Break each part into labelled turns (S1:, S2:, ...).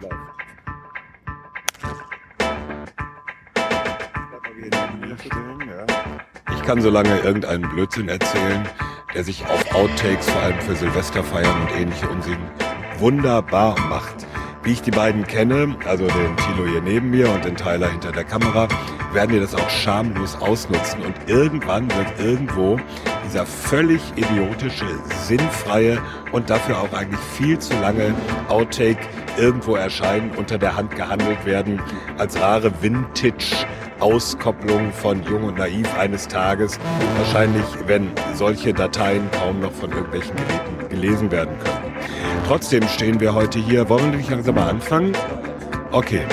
S1: Lauf. Ich kann so lange irgendeinen Blödsinn erzählen, der sich auf Outtakes, vor allem für Silvesterfeiern und ähnliche Unsinn, wunderbar macht. Wie ich die beiden kenne, also den Thilo hier neben mir und den Tyler hinter der Kamera, werden die das auch schamlos ausnutzen und irgendwann wird irgendwo dieser völlig idiotische, sinnfreie und dafür auch eigentlich viel zu lange Outtake irgendwo erscheinen, unter der Hand gehandelt werden, als rare Vintage-Auskopplung von Jung und Naiv eines Tages. Wahrscheinlich, wenn solche Dateien kaum noch von irgendwelchen Geräten gelesen werden können. Trotzdem stehen wir heute hier. Wollen wir nicht langsam mal anfangen? Okay.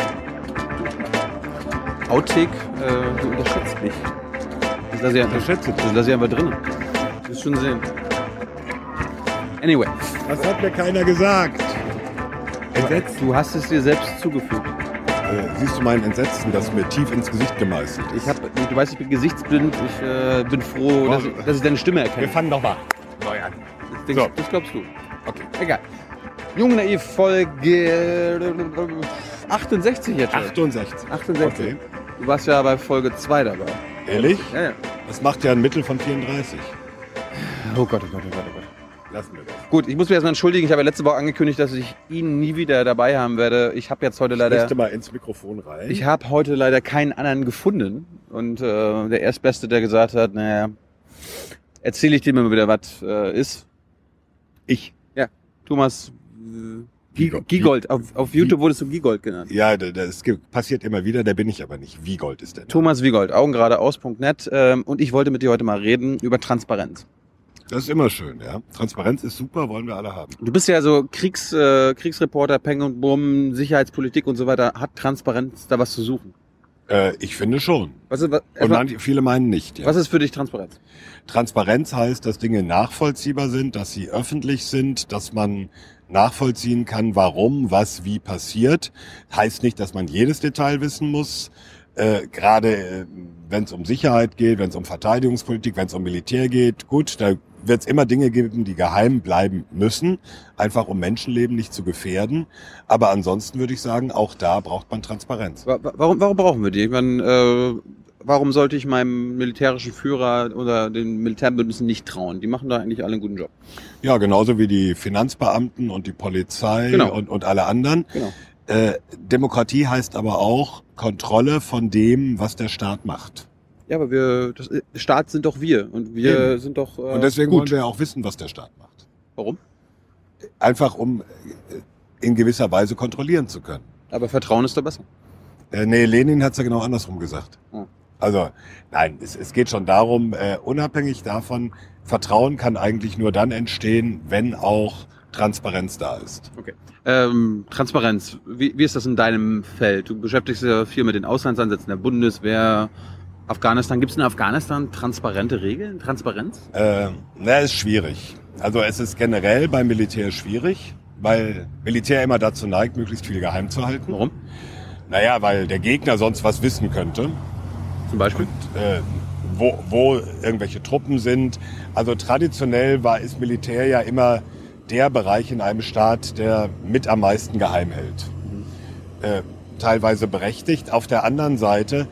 S2: Outtake, äh, du unterschätzt mich. Das lasse ich einfach,
S1: Unterschätzt?
S2: das lasse ich einfach drin. Das ist schon sehen. Anyway,
S1: Das hat mir keiner gesagt. Entsetzt.
S2: du hast es dir selbst zugefügt.
S1: Äh, siehst du mein Entsetzen, das mir tief ins Gesicht gemeißelt ist?
S2: Ich hab, du weißt, ich bin gesichtsblind. Ich äh, bin froh, dass, ich- dass ich deine Stimme erkenne.
S1: fangen nochmal neu an.
S2: Ich denk,
S1: so.
S2: Das glaubst du.
S1: Okay.
S2: Egal. Jung naiv Folge 68 jetzt schon.
S1: 68.
S2: 68.
S1: Okay.
S2: Du warst ja bei Folge 2 dabei.
S1: Ehrlich?
S2: Ja, ja.
S1: Das macht ja ein Mittel von 34.
S2: Oh Gott, oh Gott, oh Gott, oh Gott.
S1: Lassen wir das.
S2: Gut, ich muss mich erstmal entschuldigen. Ich habe ja letzte Woche angekündigt, dass ich ihn nie wieder dabei haben werde. Ich habe jetzt heute leider.
S1: Richte mal ins Mikrofon rein.
S2: Ich habe heute leider keinen anderen gefunden. Und äh, der Erstbeste, der gesagt hat, naja, erzähle ich dir mal wieder, was äh, ist.
S1: Ich.
S2: Thomas äh, Gi- Giegold. Auf, auf YouTube wurdest du Giegold genannt.
S1: Ja, da- das gibt- passiert immer wieder, der bin ich aber nicht. Wiegold ist der. Name.
S2: Thomas Wiegold, augengeradeaus.net. Ähm, und ich wollte mit dir heute mal reden über Transparenz.
S1: Das ist immer schön, ja. Transparenz ist super, wollen wir alle haben.
S2: Du bist ja so Kriegs, äh, Kriegsreporter, Peng und Bumm, Sicherheitspolitik und so weiter. Hat Transparenz da was zu suchen?
S1: Äh, ich finde schon.
S2: Was ist, was,
S1: Und
S2: erstmal,
S1: manche, viele meinen nicht. Ja.
S2: Also- was ist für dich Transparenz?
S1: Transparenz heißt, dass Dinge nachvollziehbar sind, dass sie öffentlich sind, dass man nachvollziehen kann, warum, was, wie passiert. Heißt nicht, dass man jedes Detail wissen muss. Äh, Gerade äh, wenn es um Sicherheit geht, wenn es um Verteidigungspolitik, wenn es um Militär geht, gut, da wird es immer Dinge geben, die geheim bleiben müssen, einfach um Menschenleben nicht zu gefährden. Aber ansonsten würde ich sagen, auch da braucht man Transparenz.
S2: Wa- wa- Warum, warum brauchen wir die? Ich meine, äh, warum sollte ich meinem militärischen Führer oder den Militärbündnissen nicht trauen? Die machen da eigentlich alle einen guten Job.
S1: Ja, genauso wie die Finanzbeamten und die Polizei
S2: Genau.
S1: und, und alle anderen.
S2: Genau.
S1: Äh, Demokratie heißt aber auch Kontrolle von dem, was der Staat macht.
S2: Ja, aber wir, das äh, Staat sind doch wir und wir sind doch äh,
S1: Und deswegen
S2: gut.
S1: wollen wir auch wissen, was der Staat macht.
S2: Warum?
S1: Einfach um äh, in gewisser Weise kontrollieren zu können.
S2: Aber Vertrauen ist da besser.
S1: Äh, nee, Lenin hat's ja genau andersrum gesagt.
S2: Hm.
S1: Also, nein, es, es geht schon darum, äh, unabhängig davon, Vertrauen kann eigentlich nur dann entstehen, wenn auch Transparenz da ist.
S2: Ähm, Transparenz. Wie, wie ist das in deinem Feld? Du beschäftigst dich ja viel mit den Auslandseinsätzen der Bundeswehr, Afghanistan. Gibt es in Afghanistan transparente Regeln? Transparenz?
S1: Äh, na, ist schwierig. Also es ist generell beim Militär schwierig, weil Militär immer dazu neigt, möglichst viel geheim zu halten.
S2: Warum?
S1: Naja, weil der Gegner sonst was wissen könnte,
S2: Zum Beispiel?
S1: äh, wo, wo irgendwelche Truppen sind. Also traditionell war ist Militär ja immer der Bereich in einem Staat, der mit am meisten geheim hält.
S2: Mhm.
S1: Äh, teilweise berechtigt. Auf der anderen Seite,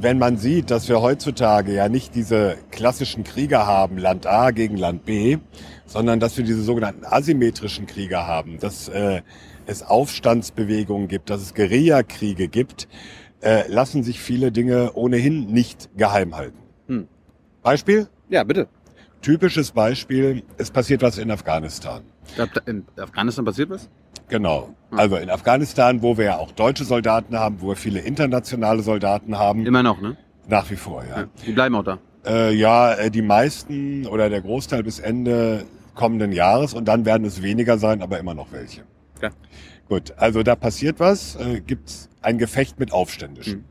S1: wenn man sieht, dass wir heutzutage ja nicht diese klassischen Kriege haben, Land A gegen Land B, sondern dass wir diese sogenannten asymmetrischen Kriege haben, dass äh, es Aufstandsbewegungen gibt, dass es Guerillakriege gibt, äh, lassen sich viele Dinge ohnehin nicht geheim halten.
S2: Hm.
S1: Beispiel?
S2: Ja, bitte.
S1: Typisches Beispiel, es passiert was in Afghanistan.
S2: Da, da, in Afghanistan passiert was?
S1: Genau.
S2: Hm.
S1: Also in Afghanistan, wo wir ja auch deutsche Soldaten haben, wo wir viele internationale Soldaten haben,
S2: Immer noch, ne?
S1: nach wie vor, ja.
S2: Ja. Die bleiben auch da.
S1: Äh, ja, äh, die meisten oder der Großteil bis Ende kommenden Jahres und dann werden es weniger sein, aber immer noch welche.
S2: Ja.
S1: Gut, also da passiert was, äh, gibt's ein Gefecht mit Aufständischen.
S2: Mhm.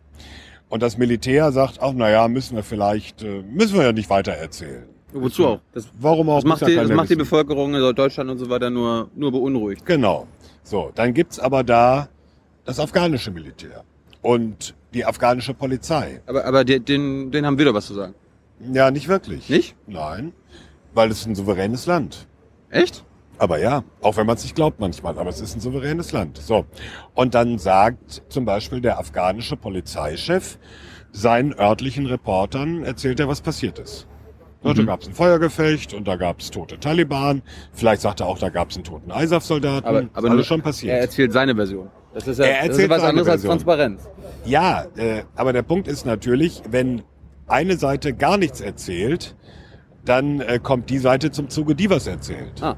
S1: Und das Militär sagt, ach naja, müssen wir vielleicht, äh, müssen wir ja nicht weiter erzählen.
S2: Wozu auch? Das,
S1: Warum auch?
S2: das
S1: muss
S2: macht,
S1: ja
S2: die, das
S1: keiner
S2: macht die
S1: wissen.
S2: Bevölkerung in Deutschland und so weiter nur, nur beunruhigt.
S1: Genau. So, dann gibt's aber da das afghanische Militär und die afghanische Polizei.
S2: Aber, aber die, den, den haben wir doch was zu sagen.
S1: Ja, nicht wirklich.
S2: Nicht?
S1: Nein, weil es ein souveränes Land.
S2: Echt?
S1: Aber ja, auch wenn man es nicht glaubt manchmal, aber es ist ein souveränes Land. So. Und dann sagt zum Beispiel der afghanische Polizeichef seinen örtlichen Reportern, erzählt er, was passiert ist. Ne, Da
S2: Mhm.
S1: gab es ein Feuergefecht und da gab es tote Taliban. Vielleicht sagt er auch, da gab es einen toten ISAF-Soldaten.
S2: Aber- aber
S1: alles
S2: nur-
S1: schon
S2: Er
S1: passiert.
S2: erzählt seine Version. Das ist ja
S1: Er
S2: das ist
S1: erzählt
S2: was
S1: seine
S2: anderes als
S1: Version.
S2: Transparenz.
S1: Ja, äh, aber der Punkt ist natürlich, wenn eine Seite gar nichts erzählt, dann äh, kommt die Seite zum Zuge, die was erzählt.
S2: Ah.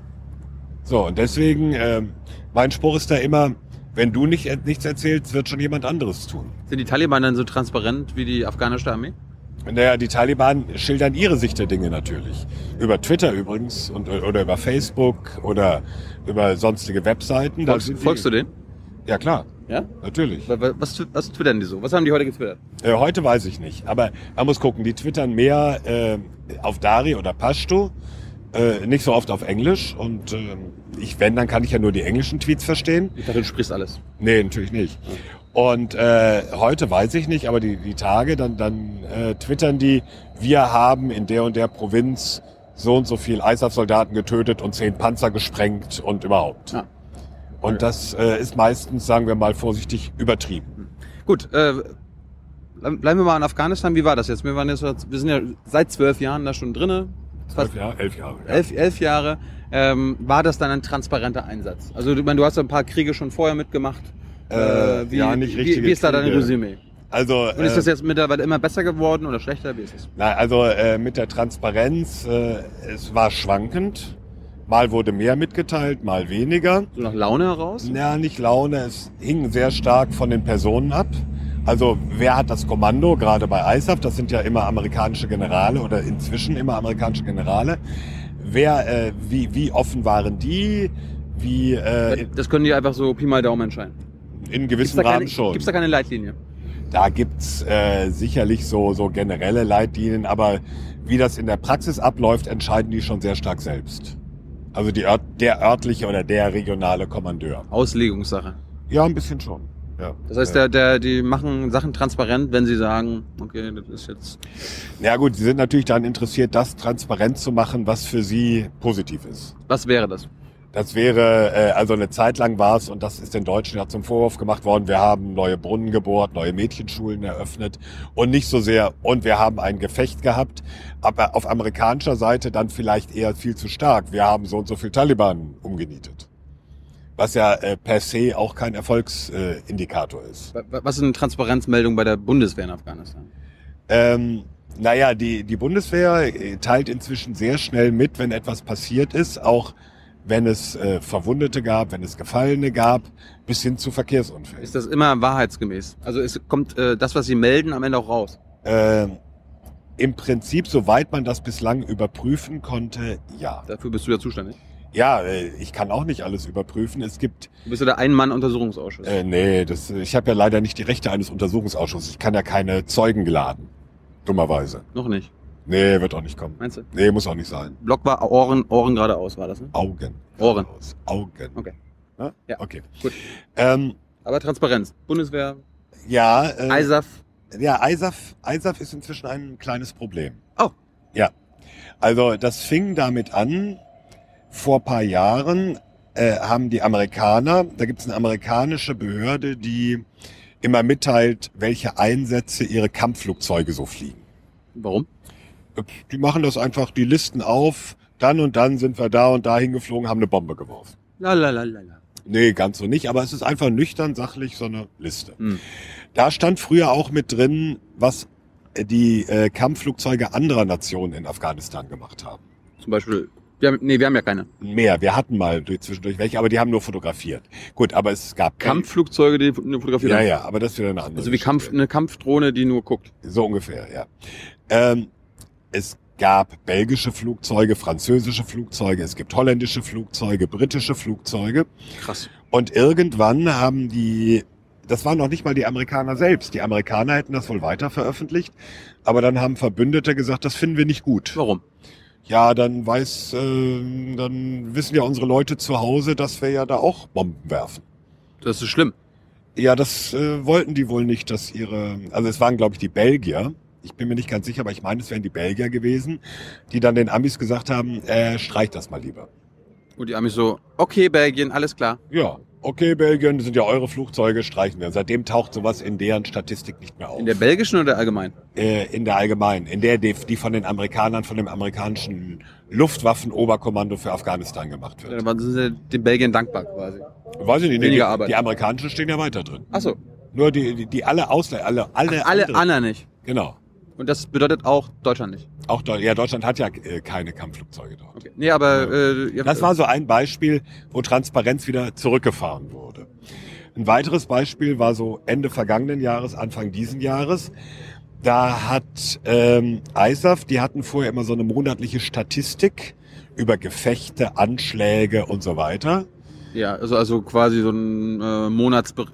S1: So, und deswegen, ähm, mein Spruch ist da immer, wenn du nicht, äh, nichts erzählst, wird schon jemand anderes tun.
S2: Sind die Taliban dann so transparent wie die afghanische Armee?
S1: Naja, die Taliban schildern ihre Sicht der Dinge natürlich. Über Twitter übrigens und, äh, oder über Facebook oder über sonstige Webseiten. Da
S2: Folgst,
S1: sind die-
S2: folgst du denen?
S1: Ja klar,
S2: Ja?
S1: natürlich.
S2: Wa- wa- Was, tw- was twittern die so? Was haben die heute getwittert?
S1: Äh, heute weiß ich nicht, aber man muss gucken, die twittern mehr äh, auf Dari oder Pashto, äh, nicht so oft auf Englisch. Und äh, ich, wenn, dann kann ich ja nur die englischen Tweets verstehen.
S2: Ich dachte, du sprichst alles.
S1: Nee, natürlich nicht. Und äh, heute weiß ich nicht, aber die, die Tage, dann, dann äh, twittern die, wir haben in der und der Provinz so und so viel ISAF-Soldaten getötet und zehn Panzer gesprengt und überhaupt.
S2: Ja.
S1: Und das äh, ist meistens, sagen wir mal vorsichtig, übertrieben.
S2: Gut, äh, bleib- bleiben wir mal in Afghanistan. Wie war das jetzt? Wir, waren jetzt wir sind ja seit zwölf Jahren da schon drinne. Fast
S1: Jahre, elf Jahre. ja.
S2: elf, elf Jahre. Ähm, war das dann ein transparenter Einsatz? Also du, ich meine, du hast ja ein paar Kriege schon vorher mitgemacht.
S1: Äh, ja, nicht
S2: wie,
S1: richtige
S2: wie ist da dein
S1: Kriege.
S2: Resümee?
S1: Also,
S2: Und ist das
S1: äh,
S2: jetzt mittlerweile immer besser geworden oder schlechter? Wie ist es?
S1: Na, also äh, mit der Transparenz, äh, es war schwankend. Mal wurde mehr mitgeteilt, mal weniger.
S2: So nach Laune heraus?
S1: Na, nicht Laune, es hing sehr stark von den Personen ab. Also wer hat das Kommando, gerade bei ISAF, das sind ja immer amerikanische Generale oder inzwischen immer amerikanische Generale. Wer, äh, wie, wie offen waren die? Wie äh, in,
S2: Das können die einfach so Pi mal Daumen entscheiden.
S1: in
S2: Gibt's
S1: gewissem
S2: da,
S1: Rahmen
S2: keine,
S1: schon.
S2: gibt's da keine Leitlinie?
S1: Da gibt's äh, sicherlich so, so generelle Leitlinien, aber wie das in der Praxis abläuft, entscheiden die schon sehr stark selbst. Also die Ört der örtliche oder der regionale Kommandeur.
S2: Auslegungssache.
S1: Ja, ein bisschen schon. Ja.
S2: Das heißt, der, der, die machen Sachen transparent, wenn sie sagen, okay, das ist jetzt.
S1: Äh, Ja gut, sie sind natürlich daran interessiert, das transparent zu machen, was für sie positiv ist.
S2: Was wäre das?
S1: Das wäre, äh, also eine Zeit lang war es, und das ist den Deutschen ja zum Vorwurf gemacht worden, wir haben neue Brunnen gebohrt, neue Mädchenschulen eröffnet und nicht so sehr, und wir haben ein Gefecht gehabt, aber auf amerikanischer Seite dann vielleicht eher viel zu stark. Wir haben so und so viel Taliban umgenietet. Was ja äh, per se auch kein Erfolgsindikator äh, Indikator ist.
S2: Wa- wa- Was ist eine Transparenzmeldung bei der Bundeswehr in Afghanistan?
S1: Ähm, naja, die, die Bundeswehr äh, teilt inzwischen sehr schnell mit, wenn etwas passiert ist, auch wenn es äh, Verwundete gab, wenn es Gefallene gab, bis hin zu Verkehrsunfällen.
S2: Ist das immer wahrheitsgemäß? Also es kommt äh, das, was sie melden, am Ende auch raus.
S1: Ähm, Im Prinzip, soweit man das bislang überprüfen konnte, ja.
S2: Dafür bist du ja zuständig.
S1: Ja, äh, ich kann auch nicht alles überprüfen. Es gibt,
S2: Du bist ja der Ein-Mann-Untersuchungsausschuss.
S1: äh, nee, das, ich habe ja leider nicht die Rechte eines Untersuchungsausschusses. Ich kann ja keine Zeugen geladen, dummerweise.
S2: Noch nicht.
S1: Nee, wird auch nicht kommen.
S2: Meinst du?
S1: Nee, muss auch nicht sein.
S2: Block war Ohren, Ohren geradeaus, war das, ne?
S1: Augen.
S2: Ohren.
S1: Aus Augen.
S2: Okay.
S1: Ja?
S2: Ja.
S1: Okay.
S2: Gut.
S1: Ähm,
S2: Aber Transparenz. Bundeswehr,
S1: ja, äh,
S2: ISAF.
S1: ja, ISAF, ISAF ist inzwischen ein kleines Problem.
S2: Oh.
S1: Ja. Also das fing damit an, vor paar Jahren äh, haben die Amerikaner, da gibt es eine amerikanische Behörde, die immer mitteilt, welche Einsätze ihre Kampfflugzeuge so fliegen.
S2: Warum?
S1: Die machen das einfach, die listen auf, dann und dann sind wir da und da hingeflogen, haben eine Bombe geworfen.
S2: La la la la la.
S1: Nee, ganz so nicht, aber es ist einfach nüchtern, sachlich so eine Liste.
S2: Hm.
S1: Da stand früher auch mit drin, was die äh, Kampfflugzeuge anderer Nationen in Afghanistan gemacht haben.
S2: Zum Beispiel. Wir haben, nee, wir haben ja keine.
S1: Mehr, wir hatten mal durch, zwischendurch welche, aber die haben nur fotografiert. Gut, aber es gab
S2: Kampfflugzeuge, die eine Fotografie
S1: Ja,
S2: haben.
S1: ja, aber das ist wieder eine andere.
S2: Also wie Kampf,
S1: Geschichte.
S2: eine Kampfdrohne, die nur guckt.
S1: So ungefähr, ja. Ähm, es gab belgische Flugzeuge, französische Flugzeuge, es gibt holländische Flugzeuge, britische Flugzeuge.
S2: Krass.
S1: Und irgendwann haben die, das waren noch nicht mal die Amerikaner selbst, die Amerikaner hätten das wohl weiter veröffentlicht, aber dann haben Verbündete gesagt, das finden wir nicht gut.
S2: Warum?
S1: Ja, dann weiß, ähm, dann wissen ja unsere Leute zu Hause, dass wir ja da auch Bomben werfen.
S2: Das ist schlimm.
S1: Ja, das äh, wollten die wohl nicht, dass ihre, also es waren glaube ich die Belgier. Ich bin mir nicht ganz sicher, aber ich meine, es wären die Belgier gewesen, die dann den Amis gesagt haben, äh, streich das mal lieber.
S2: Und die Amis so, okay, Belgien, alles klar.
S1: Ja, okay, Belgien, das sind ja eure Flugzeuge, streichen wir. Seitdem taucht sowas in deren Statistik nicht mehr auf.
S2: In der belgischen oder allgemein?
S1: äh, in der Allgemeinen, in der die, die von den Amerikanern, von dem amerikanischen Luftwaffenoberkommando für Afghanistan gemacht
S2: Ja,
S1: wird.
S2: dann sind sie den Belgien dankbar quasi.
S1: Weiß ich nicht, nee,
S2: Weniger
S1: die,
S2: Arbeit.
S1: die amerikanischen stehen ja weiter drin.
S2: Achso,
S1: Nur die, die, die alle Ausländer, alle, alle,
S2: alle
S1: anderen-
S2: anderen nicht.
S1: Genau.
S2: Und das bedeutet auch Deutschland nicht.
S1: Auch Deu ja, Deutschland hat ja äh, keine Kampfflugzeuge dort.
S2: Okay. Nee, aber äh, ihr habt-
S1: Das war so ein Beispiel, wo Transparenz wieder zurückgefahren wurde. Ein weiteres Beispiel war so Ende vergangenen Jahres, Anfang diesen Jahres. Da hat ähm, ISAF, die hatten vorher immer so eine monatliche Statistik über Gefechte, Anschläge und so weiter.
S2: ja, also, also quasi so ein äh, Monatsber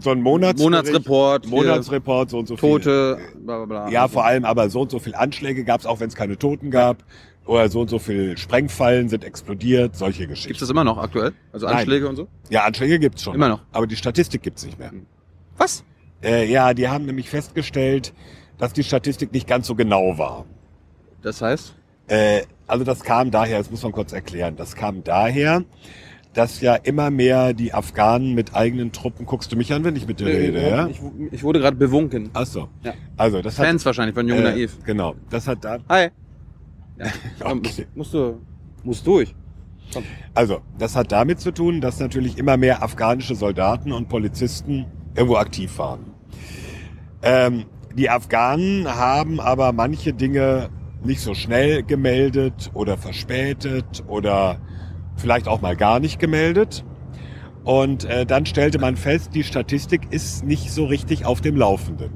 S1: So ein Monats
S2: Monatsreport, Monatsreport
S1: Monatsreport, so und so
S2: Tote, bla bla bla.
S1: viel. Ja, vor allem aber so und so viel Anschläge gab es, auch wenn es keine Toten gab. Oder so und so viel Sprengfallen sind explodiert, solche
S2: Gibt es
S1: Geschichten.
S2: das immer noch aktuell? Also
S1: Nein.
S2: Anschläge und so?
S1: Ja, Anschläge gibt's schon.
S2: Immer noch.
S1: Aber die Statistik gibt's nicht mehr.
S2: Was?
S1: Äh, ja, die haben nämlich festgestellt, dass die Statistik nicht ganz so genau war.
S2: Das heißt?
S1: Äh, also das kam daher, das muss man kurz erklären, das kam daher, dass ja immer mehr die Afghanen mit eigenen Truppen, guckst du mich an, wenn ich mit dir rede, ja?
S2: ich, ich wurde gerade bewunken.
S1: Ach so.
S2: Ja.
S1: Also das hat...
S2: Fans wahrscheinlich von Jung
S1: äh,
S2: Naiv.
S1: Genau, das hat da...
S2: Hi. Ja,
S1: Okay.
S2: musst, musst du musst durch.
S1: Also, das hat damit zu tun, dass natürlich immer mehr afghanische Soldaten und Polizisten irgendwo aktiv waren. Ähm, die Afghanen haben aber manche Dinge nicht so schnell gemeldet oder verspätet oder vielleicht auch mal gar nicht gemeldet. Und äh, dann stellte man fest, die Statistik ist nicht so richtig auf dem Laufenden.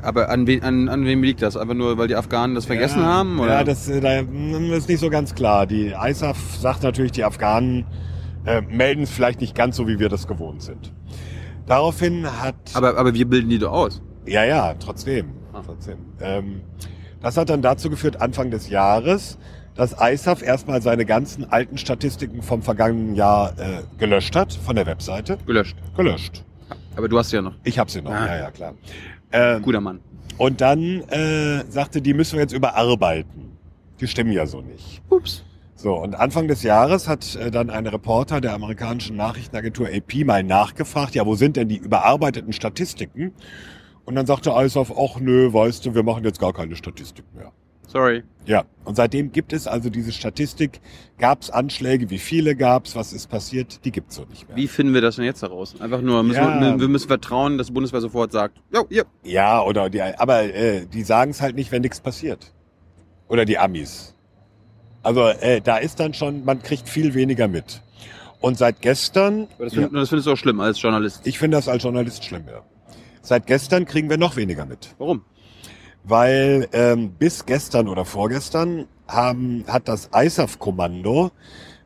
S2: Aber an, wen, an, an wem liegt das? Einfach nur, weil die Afghanen das vergessen haben? Oder?
S1: Ja, das äh, da, mm, ist nicht so ganz klar. Die ISAF sagt natürlich, die Afghanen äh, melden es vielleicht nicht ganz so, wie wir das gewohnt sind. Daraufhin hat...
S2: aber, aber wir bilden die doch aus.
S1: ja, ja, trotzdem.
S2: Ah.
S1: trotzdem. Ähm, das hat dann dazu geführt, Anfang des Jahres, dass ISAF erstmal seine ganzen alten Statistiken vom vergangenen Jahr äh, gelöscht hat, von der Webseite.
S2: Gelöscht.
S1: Gelöscht.
S2: Aber du hast sie ja noch.
S1: Ich habe sie noch,
S2: Ah.
S1: ja, ja, klar. Ähm,
S2: Guter Mann.
S1: und dann äh, sagte, die müssen wir jetzt überarbeiten. Die stimmen ja so nicht.
S2: Ups.
S1: So, und Anfang des Jahres hat äh, dann ein Reporter der amerikanischen Nachrichtenagentur AP mal nachgefragt, ja, wo sind denn die überarbeiteten Statistiken? Und dann sagte ISAF, ach nö, weißt du, wir machen jetzt gar keine Statistik mehr.
S2: Sorry.
S1: Ja, und seitdem gibt es also diese Statistik, gab es Anschläge, wie viele gab es, was ist passiert, die gibt's so nicht mehr.
S2: Wie finden wir das denn jetzt heraus? Einfach nur, müssen
S1: Ja.
S2: wir, wir müssen vertrauen, dass die Bundeswehr sofort sagt, jo, hier.
S1: Ja, oder die, aber äh, die sagen es halt nicht, wenn nichts passiert. Oder die Amis. Also äh, da ist dann schon, man kriegt viel weniger mit. Und seit gestern...
S2: Aber Das, find, das findest du auch schlimm als Journalist.
S1: Ich finde das als Journalist schlimm, ja. Seit gestern kriegen wir noch weniger mit.
S2: Warum?
S1: Weil ähm, bis gestern oder vorgestern haben, hat das ISAF-Kommando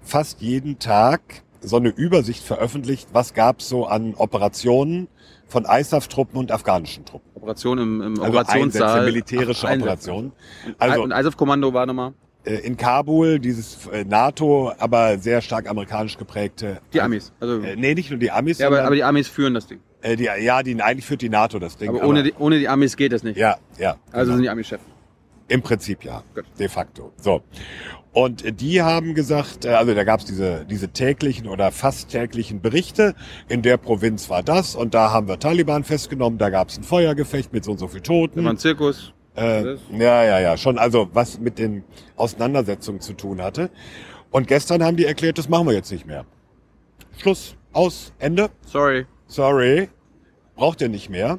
S1: fast jeden Tag so eine Übersicht veröffentlicht, was gab es so an Operationen von ISAF-Truppen und afghanischen Truppen.
S2: Operation im, im
S1: Also
S2: Operationssaal.
S1: Einsätze, militärische
S2: Einsätze.
S1: Operationen.
S2: Also,
S1: Also
S2: und ISAF-Kommando war nochmal
S1: äh, in Kabul dieses äh, NATO, aber sehr stark amerikanisch geprägte.
S2: die Amis. Also,
S1: Äh, nee, nicht nur die Amis,
S2: ja, aber,
S1: sondern,
S2: aber die Amis führen das Ding.
S1: äh, die, ja, die, eigentlich führt die NATO das Ding.
S2: Aber ohne die, ohne die Amis geht das nicht.
S1: Ja, ja.
S2: Also
S1: genau.
S2: sind die Amis Chef.
S1: Im Prinzip ja,
S2: Gut.
S1: de facto. So. Und äh, die haben gesagt, äh, also da gab es diese, diese täglichen oder fast täglichen Berichte, in der Provinz war das und da haben wir Taliban festgenommen, da gab es ein Feuergefecht mit so und so viel
S2: Da war
S1: Toten.
S2: ein Zirkus.
S1: Äh, ja, ja, ja, schon, also was mit den Auseinandersetzungen zu tun hatte. Und gestern haben die erklärt, das machen wir jetzt nicht mehr. Schluss, aus, Ende
S2: Sorry.
S1: sorry, braucht ihr nicht mehr,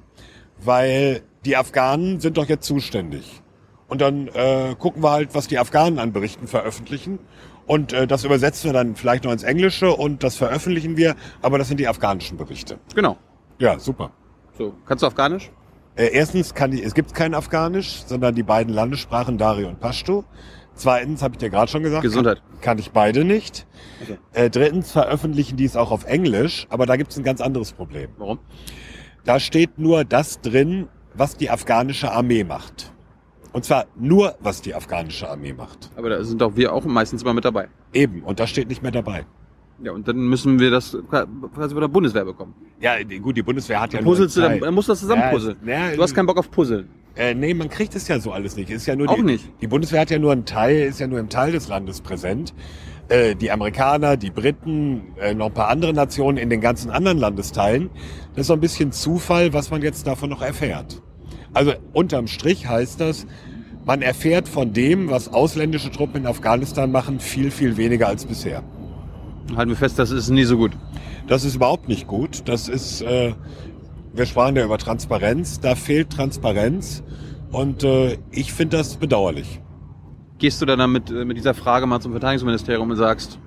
S1: weil die Afghanen sind doch jetzt zuständig. Und dann äh, gucken wir halt, was die Afghanen an Berichten veröffentlichen. Und äh, das übersetzen wir dann vielleicht noch ins Englische und das veröffentlichen wir, aber das sind die afghanischen Berichte.
S2: Genau.
S1: Ja, super.
S2: So. Kannst du Afghanisch?
S1: Äh, erstens kann ich, es gibt kein Afghanisch, sondern die beiden Landessprachen Dari und Pashto. Zweitens, habe ich dir gerade schon gesagt,
S2: Gesundheit.
S1: Kann, kann ich beide nicht.
S2: Okay.
S1: Äh, drittens veröffentlichen die es auch auf Englisch, aber da gibt es ein ganz anderes Problem.
S2: Warum?
S1: Da steht nur das drin, was die afghanische Armee macht. Und zwar nur, was die afghanische Armee macht.
S2: Aber da sind doch wir auch meistens immer mit dabei.
S1: Eben, und das steht nicht mehr dabei.
S2: Ja, und dann müssen wir das quasi von der Bundeswehr bekommen.
S1: Ja, die- gut, die Bundeswehr hat ja
S2: Dann puzzelst du,
S1: nur einen
S2: dann,
S1: Teil.
S2: dann musst du das zusammenpuzzeln.
S1: Ja, ja,
S2: Du hast keinen Bock auf Puzzeln.
S1: äh, nee, man kriegt es ja so alles nicht. Ist ja nur
S2: Auch
S1: die,
S2: nicht.
S1: die Bundeswehr hat ja nur einen Teil, ist ja nur im Teil des Landes präsent. äh, die Amerikaner, die Briten, äh, noch ein paar andere Nationen in den ganzen anderen Landesteilen. Das ist so ein bisschen Zufall, was man jetzt davon noch erfährt. Also unterm Strich heißt das, man erfährt von dem, was ausländische Truppen in Afghanistan machen, viel, viel weniger als bisher.
S2: Halten wir fest, das ist nie so gut.
S1: Das ist überhaupt nicht gut. Das ist, äh, wir sprachen ja über Transparenz, da fehlt Transparenz und äh, ich finde das bedauerlich.
S2: Gehst du dann damit äh, mit dieser Frage mal zum Verteidigungsministerium und sagst,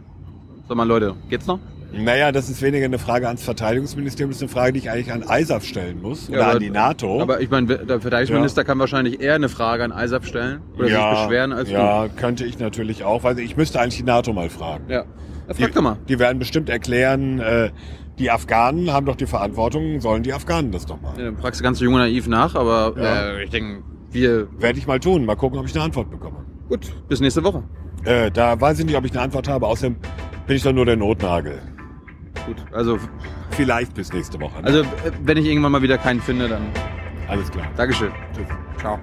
S2: sag mal Leute, geht's noch?
S1: Naja, das ist weniger eine Frage ans Verteidigungsministerium, das ist eine Frage, die ich eigentlich an ISAF stellen muss oder
S2: aber-
S1: an die NATO.
S2: Aber ich meine, der Verteidigungsminister kann wahrscheinlich eher eine Frage an ISAF stellen oder sich beschweren als du.
S1: ja, könnte ich natürlich auch, weil ich müsste eigentlich die NATO mal fragen.
S2: Ja. Ja,
S1: Die,
S2: Frag doch mal.
S1: die werden bestimmt erklären, äh, die Afghanen haben doch die Verantwortung, sollen die Afghanen das doch machen.
S2: Ja, dann fragst du ganz so jung und naiv nach, aber
S1: Ja.
S2: äh, ich denke, wir.
S1: Werde ich mal tun, mal gucken, ob ich eine Antwort bekomme.
S2: Gut, bis nächste Woche.
S1: Äh, da weiß ich nicht, ob ich eine Antwort habe, außerdem bin ich doch nur der Notnagel.
S2: Gut, also,
S1: Vielleicht bis nächste Woche. ne?
S2: also äh, wenn ich irgendwann mal wieder keinen finde, dann.
S1: Alles klar.
S2: Dankeschön.
S1: Tschüss.
S2: Ciao.